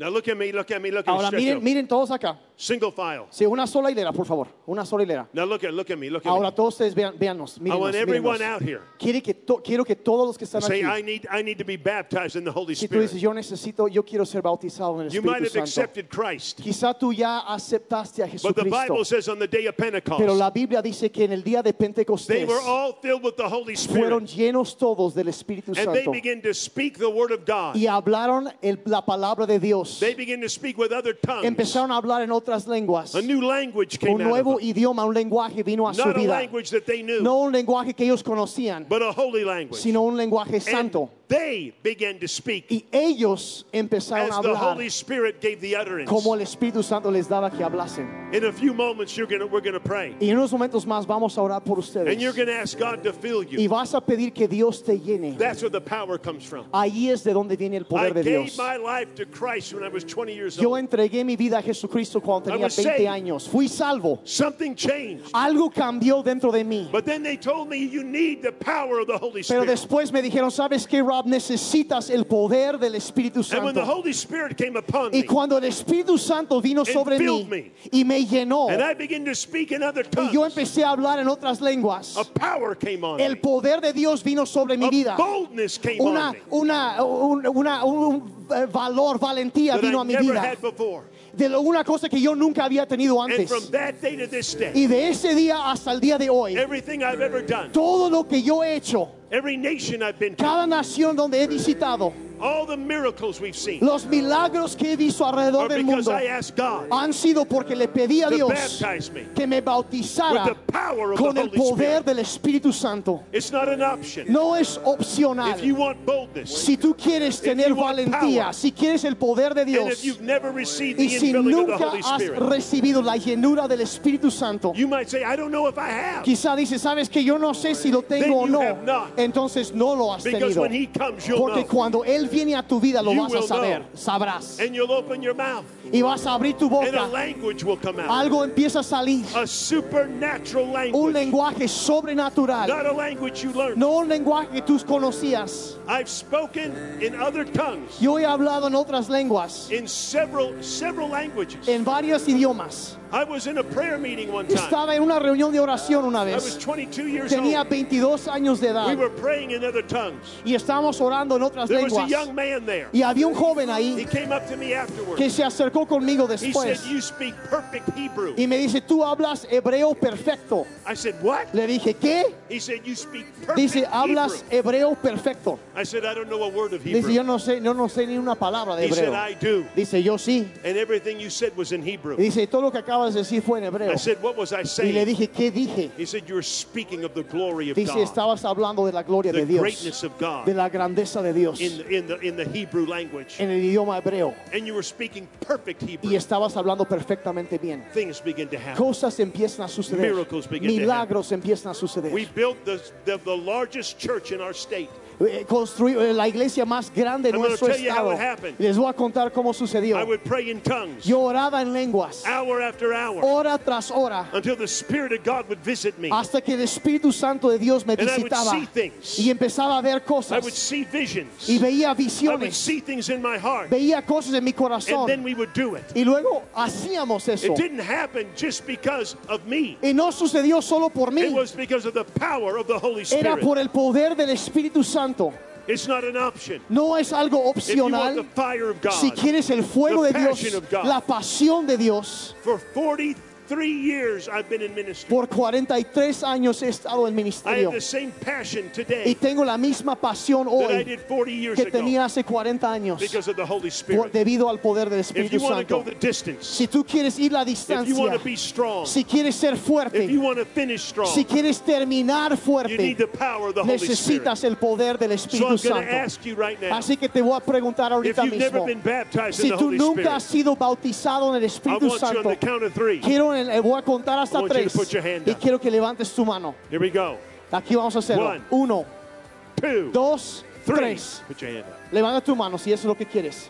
Now look at me, look at me, look at me. Ahora Stretch miren, out. miren todos acá. Single file. Sí, una sola hilera, por favor. Una sola hilera. Now look at look at me, look at Ahora me. todos ustedes vean, véannos, I mírenos, want everyone mírenos. out here. Quiere que to- quiero que todos los que están Say, I aquí, need I need to be baptized in the Holy si tú dices, Spirit. yo necesito, yo quiero ser bautizado en el You might have Espíritu Santo. accepted Christ, Quizá tú ya aceptaste a but the Jesucristo, Bible says on the day of pero Pentecost, la Biblia dice que en el día they de Pentecostés were all filled with the Holy fueron Spirit, llenos todos del Espíritu and they Santo began to speak the word of God. y hablaron el- la palabra de Dios. They began to speak with other tongues. Empezaron a hablar en otras lenguas. A new language came Un out nuevo of them. idioma, un lenguaje vino a su Not a vida. language that they knew, No un lenguaje que ellos conocían, but a holy language. sino un lenguaje And santo. they began to speak Y ellos empezaron a as the hablar Holy Spirit gave the utterance. como el Espíritu Santo les daba que hablasen. In a few moments, you're gonna, we're going to pray. Y en unos momentos más vamos a orar por And you're ustedes. going to ask God to fill Y you. vas a pedir que Dios te llene. That's where the power comes from. Ahí es de donde viene el I Ah, poder de gave Dios. my life to Christ when I was 20 years Yo old. entregué mi vida a Jesucristo cuando I tenía was saved. 20 años. Fui salvo. Something changed. Algo cambió dentro de mí. But then they told me you need the power of the Holy Pero Spirit. después me dijeron, ¿sabes qué, Rob? Necesitas el poder del Espíritu And when the Santo. Holy Spirit came upon Y me, cuando el Espíritu Santo vino sobre filled mí me. y me llenó, and I y began to speak in other tongues, yo empecé a hablar en otras lenguas, a power came on el me. poder de Dios vino sobre mi A vida. boldness came on Una, me una, un, una- un eh, valor, valentía that vino I a mi never vida. had before. De lo- una cosa que yo nunca había tenido And antes. from that day to this day, Y de ese día hasta el día de hoy, everything I've ever done, todo lo que yo he hecho, every nation I've been to, cada nación donde he visitado, all the miracles we've seen, los milagros que he visto are alrededor del because mundo Ah, I asked God han sido porque le pedí a to Dios baptize me que me with bautizara the power of con the el Holy poder Spirit. del Espíritu Santo. It's not an option. No If es you opcional. want boldness, Si tú quieres tener you want valentía, power, si quieres el poder de and if Dios you've never received y the si infilling of the nunca Holy has Spirit, recibido la llenura del Espíritu Santo, you might say, I don't know if I have. quizá dices, sabes que yo no sé si lo Then tengo o you no, have not. entonces no lo has Because tenido. when He comes, you'll Porque know. cuando Él viene a tu vida lo You vas a will saber, know. sabrás. And you'll open your mouth, Y vas a abrir tu and a boca. language will come out. Algo empieza a salir. A supernatural Un language. lenguaje sobrenatural. Not a language you learned. No un lenguaje que tú conocías. I've spoken in other tongues, Yo he hablado en otras lenguas, in several several languages. en varios idiomas. I was in a prayer meeting one time. Estaba en una reunión de oración una I was vez. 22 years Tenía old. 22 años de We edad were praying in other tongues. y estábamos orando en otras There was a lenguas. young man there. Y había un joven He ahí came up to me que afterwards. se acercó conmigo He said, después You speak perfect Hebrew. y me dice, tú hablas hebreo perfecto. I said, What? Le dije, ¿qué? He said, You speak perfect Dice, hablas Hebrew. hebreo perfecto. I said, I don't know a word of Dice, yo Hebrew. no sé, yo no sé ni una palabra de He said, hebreo. I do. Dice, yo sí. And everything you said was in Y Hebrew. dice, todo lo que acabas de decir fue en hebreo. I said, What was I Y le saying? dije, ¿qué dije? He said, You're speaking of the glory of Dice, God, estabas hablando de la gloria the de greatness Dios, of God de la grandeza de Dios in, in, the, in the Hebrew language. en el idioma hebreo. And you were speaking perfect Y Hebrew. estabas hablando perfectamente bien. Things begin to happen. Cosas empiezan a suceder. Miracles begin to Milagros empiezan a suceder. We built the, the, the largest church in our state. Eh, construí eh, la iglesia más grande de I'm gonna nuestro tell you how estado. it happened. Les voy a contar cómo sucedió. I would pray in tongues, Yo oh, oraba en lenguas, hour after hour, hora tras hora, until the Spirit of God would visit me. hasta que el Espíritu Santo de Dios me And I would visitaba see things. y empezaba a ver I would cosas see visions. y veía I would visiones, see things in my heart. veía cosas en mi And then corazón we would do it. y luego hacíamos eso. It didn't happen just because of me. Y no sucedió solo por It mí, was because of the power of the Holy era Spirit. por el poder del Espíritu Santo. It's not an option. No es algo If you want the opcional. fire of Si God, quieres el fuego the de Dios, passion of God. la pasión de Dios, for 40 43 years I've been in ministry. Por 43 años he estado en I ministerio have the same passion y today tengo la misma pasión that I hoy did 40 years que tenía ago hace 40 años because of the Holy por- Spirit. debido al poder del If you Espíritu want to go Santo. the distance, Si tú quieres ir la if you want distancia, to be strong, si quieres ser if you fuerte, want to finish si strong, quieres terminar you need fuerte, the power of the Holy Spirit. necesitas el poder del So I'm Espíritu going to Santo. ask you right now Así que te voy a preguntar if ahorita you've never mismo, been baptized in si the tú Holy nunca has Spirit, sido bautizado en el I Espíritu want you on Santo, the count of three. quiero, eh, voy a contar I hasta want you to tres put your hand y up. quiero que levantes tu mano. Here we go. Aquí vamos a hacerlo. One, Uno, Two, dos, three. tres. Put your hand up. Levanta tu mano si eso es lo que quieres.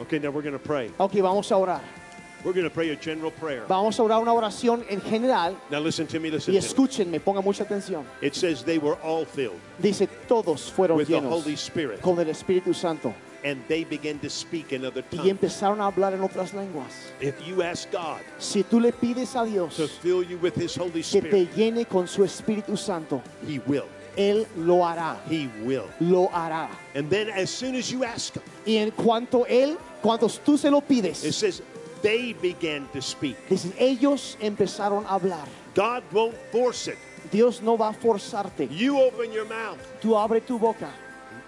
Okay, now we're going to pray. Ok, vamos a orar. We're going to pray a general prayer. Vamos a orar una oración en general Now listen to me, listen y to me. escúchenme, pongan mucha atención. It says they were all filled Dice, todos fueron with the llenos Holy Spirit con el Espíritu Santo and they began to speak in other y tongues. empezaron a hablar en otras lenguas. If you ask God Si tú le pides a to Dios fill you with His Holy que te Spirit, llene con su Espíritu Santo, He will. Él lo hará, He will. lo hará. And then as soon as you ask Him, Y en cuanto Él, cuando tú se lo it pides, says they began to speak. dice, ellos empezaron a hablar. God won't force it. Dios no va a forzarte. You open your mouth, Tú abre tu boca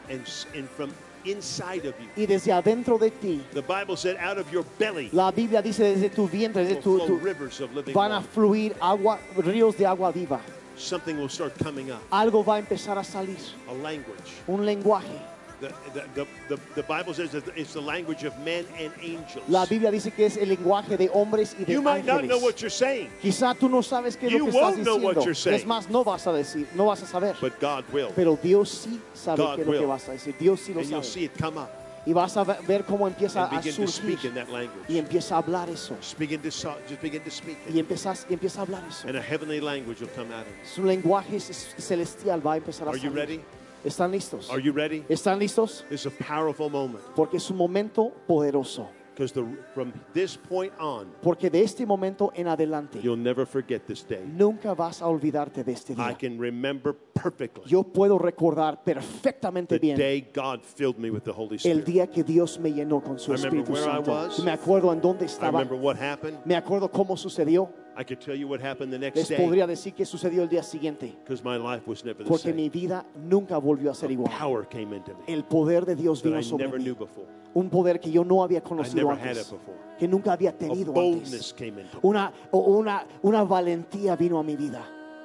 and, s- and from inside of you, y desde adentro de ti, the Bible said, out of your belly la Biblia dice desde tu vientre, desde will tu, flow tu- rivers of living van a water. fluir agua, ríos de agua viva. Something will start coming up, Algo va a empezar a salir, a language. un lenguaje. The, the, the, the, the Bible says that it's the language of men and angels. La Biblia dice que es el lenguaje de hombres y de You might not know ángeles. what you're saying, Quizá tú no sabes qué es You lo que estás won't know what diciendo. you're saying. Es más, no vas a decir, no vas a saber. but God will. Pero Dios sí sabe God qué es lo que will. vas a decir. Dios sí lo And you'll sabe. see it come up Y vas a ve- ver cómo empieza and a begin to speak in surgir that y language. empieza a hablar eso. Just begin to, so- just begin to speak it. Y, empiezas, y empieza a hablar eso. And a heavenly language will come out of it. Su lenguaje es- celestial va a empezar a Are you salir. ready? ¿Están listos? Are you ready? ¿Están listos? This is a powerful moment Porque es un momento poderoso. because from this point on, Porque de este momento en adelante you'll never forget this day. nunca vas a olvidarte de este I día. can remember perfectly Yo puedo recordar perfectamente the bien day God filled me with the Holy el Spirit. día que Dios me llenó con su I remember Espíritu where I Santo. was. Me acuerdo en dónde I estaba. remember what happened. Me acuerdo cómo sucedió. I could tell you what happened the next Les day podría decir que sucedió el día siguiente. because my life was never the Porque mi same. vida nunca volvió a ser igual. Power came into me El poder de Dios that vino I sobre never knew mí. before. Un poder que yo no había I conocido never had it antes. before. Que nunca había A tenido boldness antes. came into me. Una, o una, una valentía vino a mi vida.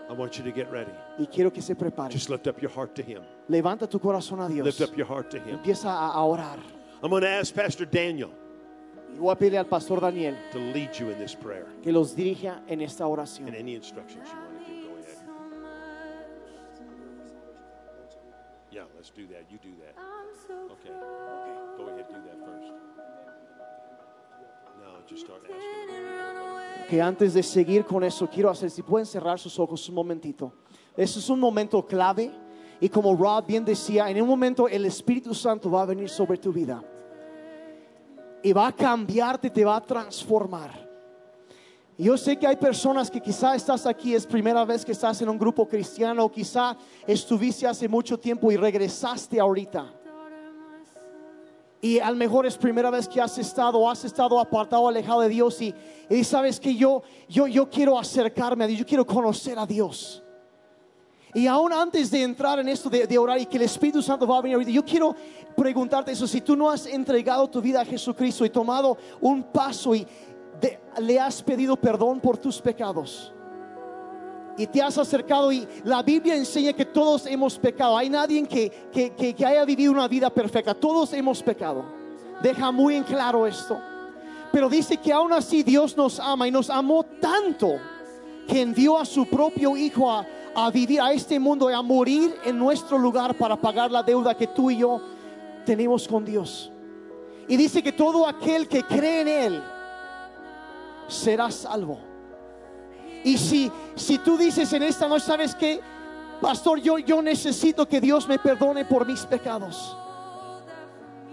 I want you to get ready. Y quiero que se prepare. Just lift up your heart to Him. Levanta tu corazón a Dios. Lift up your heart to Him. Empieza a a orar. I'm going to ask Pastor Daniel Y voy a pedirle al pastor Daniel to lead you in this prayer que los dirija en esta and oración. any instructions you want to give. Go ahead. Yeah, let's do that. You do that. Okay. Okay. Go ahead. Do that first. No, just start asking. Que antes de seguir con eso, quiero hacer, si pueden cerrar sus ojos un momentito. Eso es un momento clave. Y como Rob bien decía, en un momento el Espíritu Santo va a venir sobre tu vida. Y va a cambiarte, te va a transformar. Yo sé que hay personas que quizá estás aquí, es primera vez que estás en un grupo cristiano, o quizá estuviste hace mucho tiempo y regresaste ahorita. Y a lo mejor es primera vez que has estado, o has estado apartado, alejado de Dios y, y sabes que yo, yo, yo quiero acercarme a Dios, yo quiero conocer a Dios. Y aún antes de entrar en esto de, de orar y que el Espíritu Santo va a venir ahorita, yo quiero preguntarte eso, si tú no has entregado tu vida a Jesucristo y tomado un paso y de- le has pedido perdón por tus pecados y te has acercado y la Biblia enseña que todos hemos pecado. Hay nadie que, que, que- que haya vivido una vida perfecta. Todos hemos pecado. Deja muy en claro esto. Pero dice que aún así Dios nos ama y nos amó tanto que envió a su propio Hijo a, a vivir a este mundo y a morir en nuestro lugar para pagar la deuda que tú y yo tenemos con Dios. Y dice que todo aquel que cree en Él será salvo. Y si, si tú dices en esta noche, ¿sabes qué? Pastor, yo, yo necesito que Dios me perdone por mis pecados.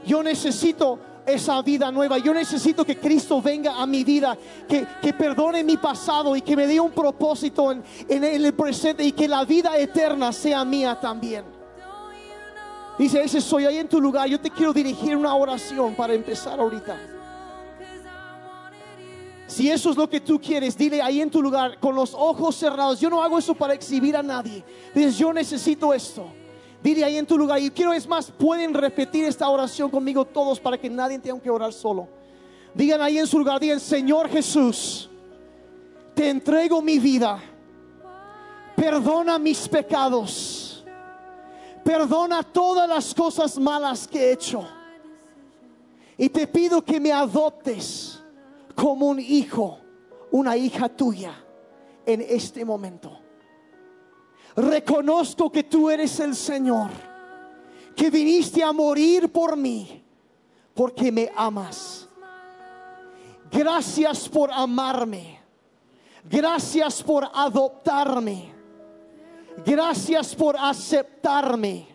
Yo necesito esa vida nueva. Yo necesito que Cristo venga a mi vida, que, que perdone mi pasado y que me dé un propósito en, en el presente y que la vida eterna sea mía también. Dice, ese soy ahí en tu lugar. Yo te quiero dirigir una oración para empezar ahorita. Si eso es lo que tú quieres, dile ahí en tu lugar, con los ojos cerrados, yo no hago eso para exhibir a nadie. Dices, yo necesito esto. Dile ahí en tu lugar, y quiero es más, pueden repetir esta oración conmigo todos para que nadie tenga que orar solo. Digan ahí en su lugar, digan, Señor Jesús, te entrego mi vida, perdona mis pecados, perdona todas las cosas malas que he hecho. Y te pido que me adoptes como un hijo, una hija tuya en este momento. Reconozco que tú eres el Señor, que viniste a morir por mí, porque me amas. Gracias por amarme. Gracias por adoptarme. Gracias por aceptarme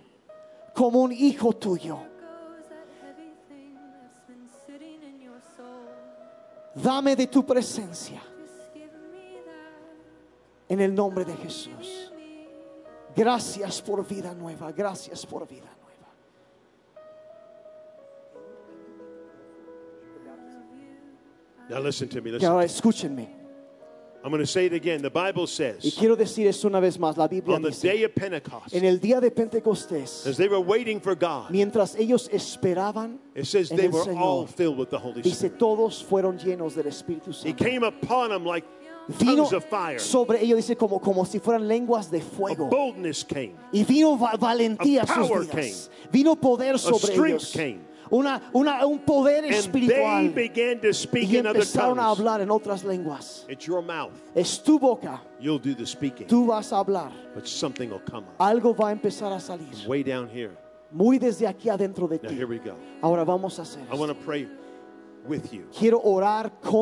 como un hijo tuyo. goes at everything that's been sitting in your soul. Dame de tu presencia Just give me that, en el nombre de Jesús. give me. Gracias por vida nueva. Gracias por vida nueva. Now listen to me. Que Listen. ahora escúchenme. I'm going to say it again. The Bible Y says quiero decir esto una vez más. La Biblia on the dice, day of Pentecost, en el día de Pentecostés, as they were waiting for God, mientras ellos esperaban it says en they el were all Señor, filled with the Holy dice, Spirit. todos fueron llenos del Espíritu He Santo. came upon them like Vino tongues of fire. sobre ellos, dice, como, como si fueran lenguas de A fuego. boldness came. Y vino va- valentía a A sus power vidas. Vino poder sobre strength ellos. came. Una, una, un poder And they espiritual. began to speak Y in other empezaron a tongues. hablar en otras lenguas. It's your mouth. Es tu boca. You'll do the speaking, Tú vas a hablar. but something will come up. Algo va a empezar a salir. Way down here. Muy desde aquí adentro de Now, ti. here we go. Ahora vamos a hacer. I esto. want to pray with you. Quiero orar Then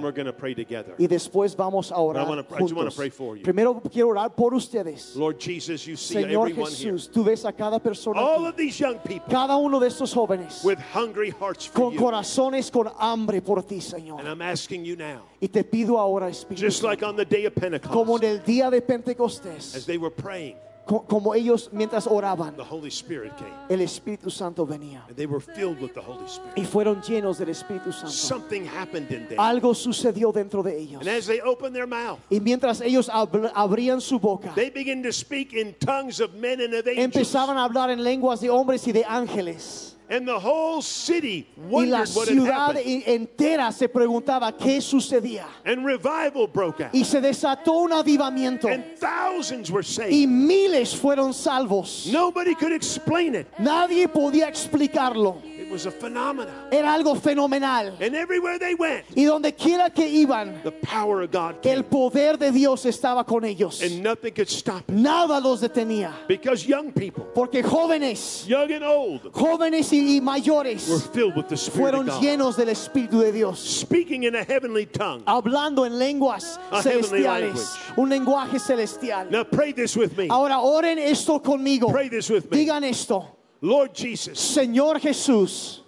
we're contigo. going to pray together. Y después vamos a orar wanna- I just juntos. wanna pray for you. Primero quiero orar por ustedes. Lord Jesus, you see Señor everyone here. Jesús, tú ves a cada persona All aquí, of these young people cada uno de estos jóvenes with hungry hearts for con you. corazones con hambre por ti, And Señor. I'm asking you now, Y te pido ahora, Espíritu, just like Santo, on the day of como en Pentecost, el día de as Pentecostés, they were praying, co- como ellos mientras oraban, the Holy Spirit came. el Espíritu Santo venía And they were filled with the Holy Spirit. y fueron llenos del Espíritu Santo. Something happened in them. Algo sucedió dentro de ellos. And as they opened their mouth, Y mientras ellos abl- abrían su boca, they began to speak in tongues of men and of angels. empezaban a hablar en lenguas de hombres y de ángeles. And the whole city Y wondered la what had ciudad happened. e- entera se preguntaba qué sucedía. And revival broke out. Y se desató un avivamiento. And thousands were Y saved. miles fueron salvos. Nobody could explain it. Nadie podía explicarlo. It was a phenomenon. Era algo fenomenal. And everywhere they went, Y donde quiera que iban, the power of God el came. poder de Dios estaba con ellos. And nothing could stop it. Nada los detenía. Because young people, Porque jóvenes, young and old, jóvenes y, y were mayores filled with the Spirit of fueron God. llenos del Espíritu de Dios. Speaking in a heavenly tongue. hablando en lenguas A heavenly celestiales, language. un lenguaje celestial. Now pray this with me. Ahora oren esto conmigo. Pray this with me. Digan esto, Lord Jesus. Señor Jesús,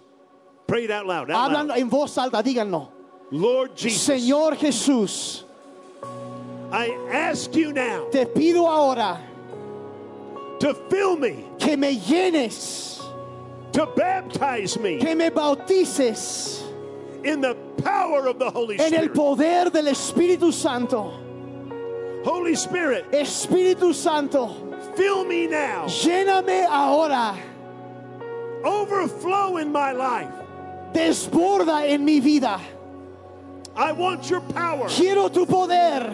Pray it out loud. Out hablan loud. en voz alta, díganlo. Lord Jesus. Señor Jesús, I ask you now te pido ahora to fill me, que me llenes, to baptize me que me bautices in the power of the Holy en el Spirit. poder del Espíritu Santo. Holy Spirit, Espíritu Santo, fill me now. lléname ahora, Overflow in my life. desborda en mi vida. I want your power. Quiero tu poder.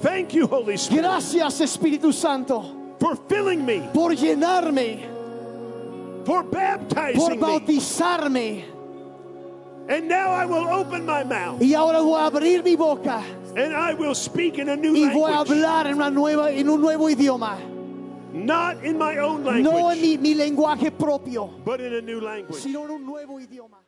Thank you, Holy Spirit, Gracias Espíritu Santo. for filling me, por llenarme, for por baptizing me. bautizarme. And now I will open my mouth Y ahora voy a abrir mi boca and I will speak in a new y voy a language, hablar en, una nueva, en un nuevo idioma. not in my own No en language, mi, mi lenguaje propio, but in a new language. sino en un nuevo idioma.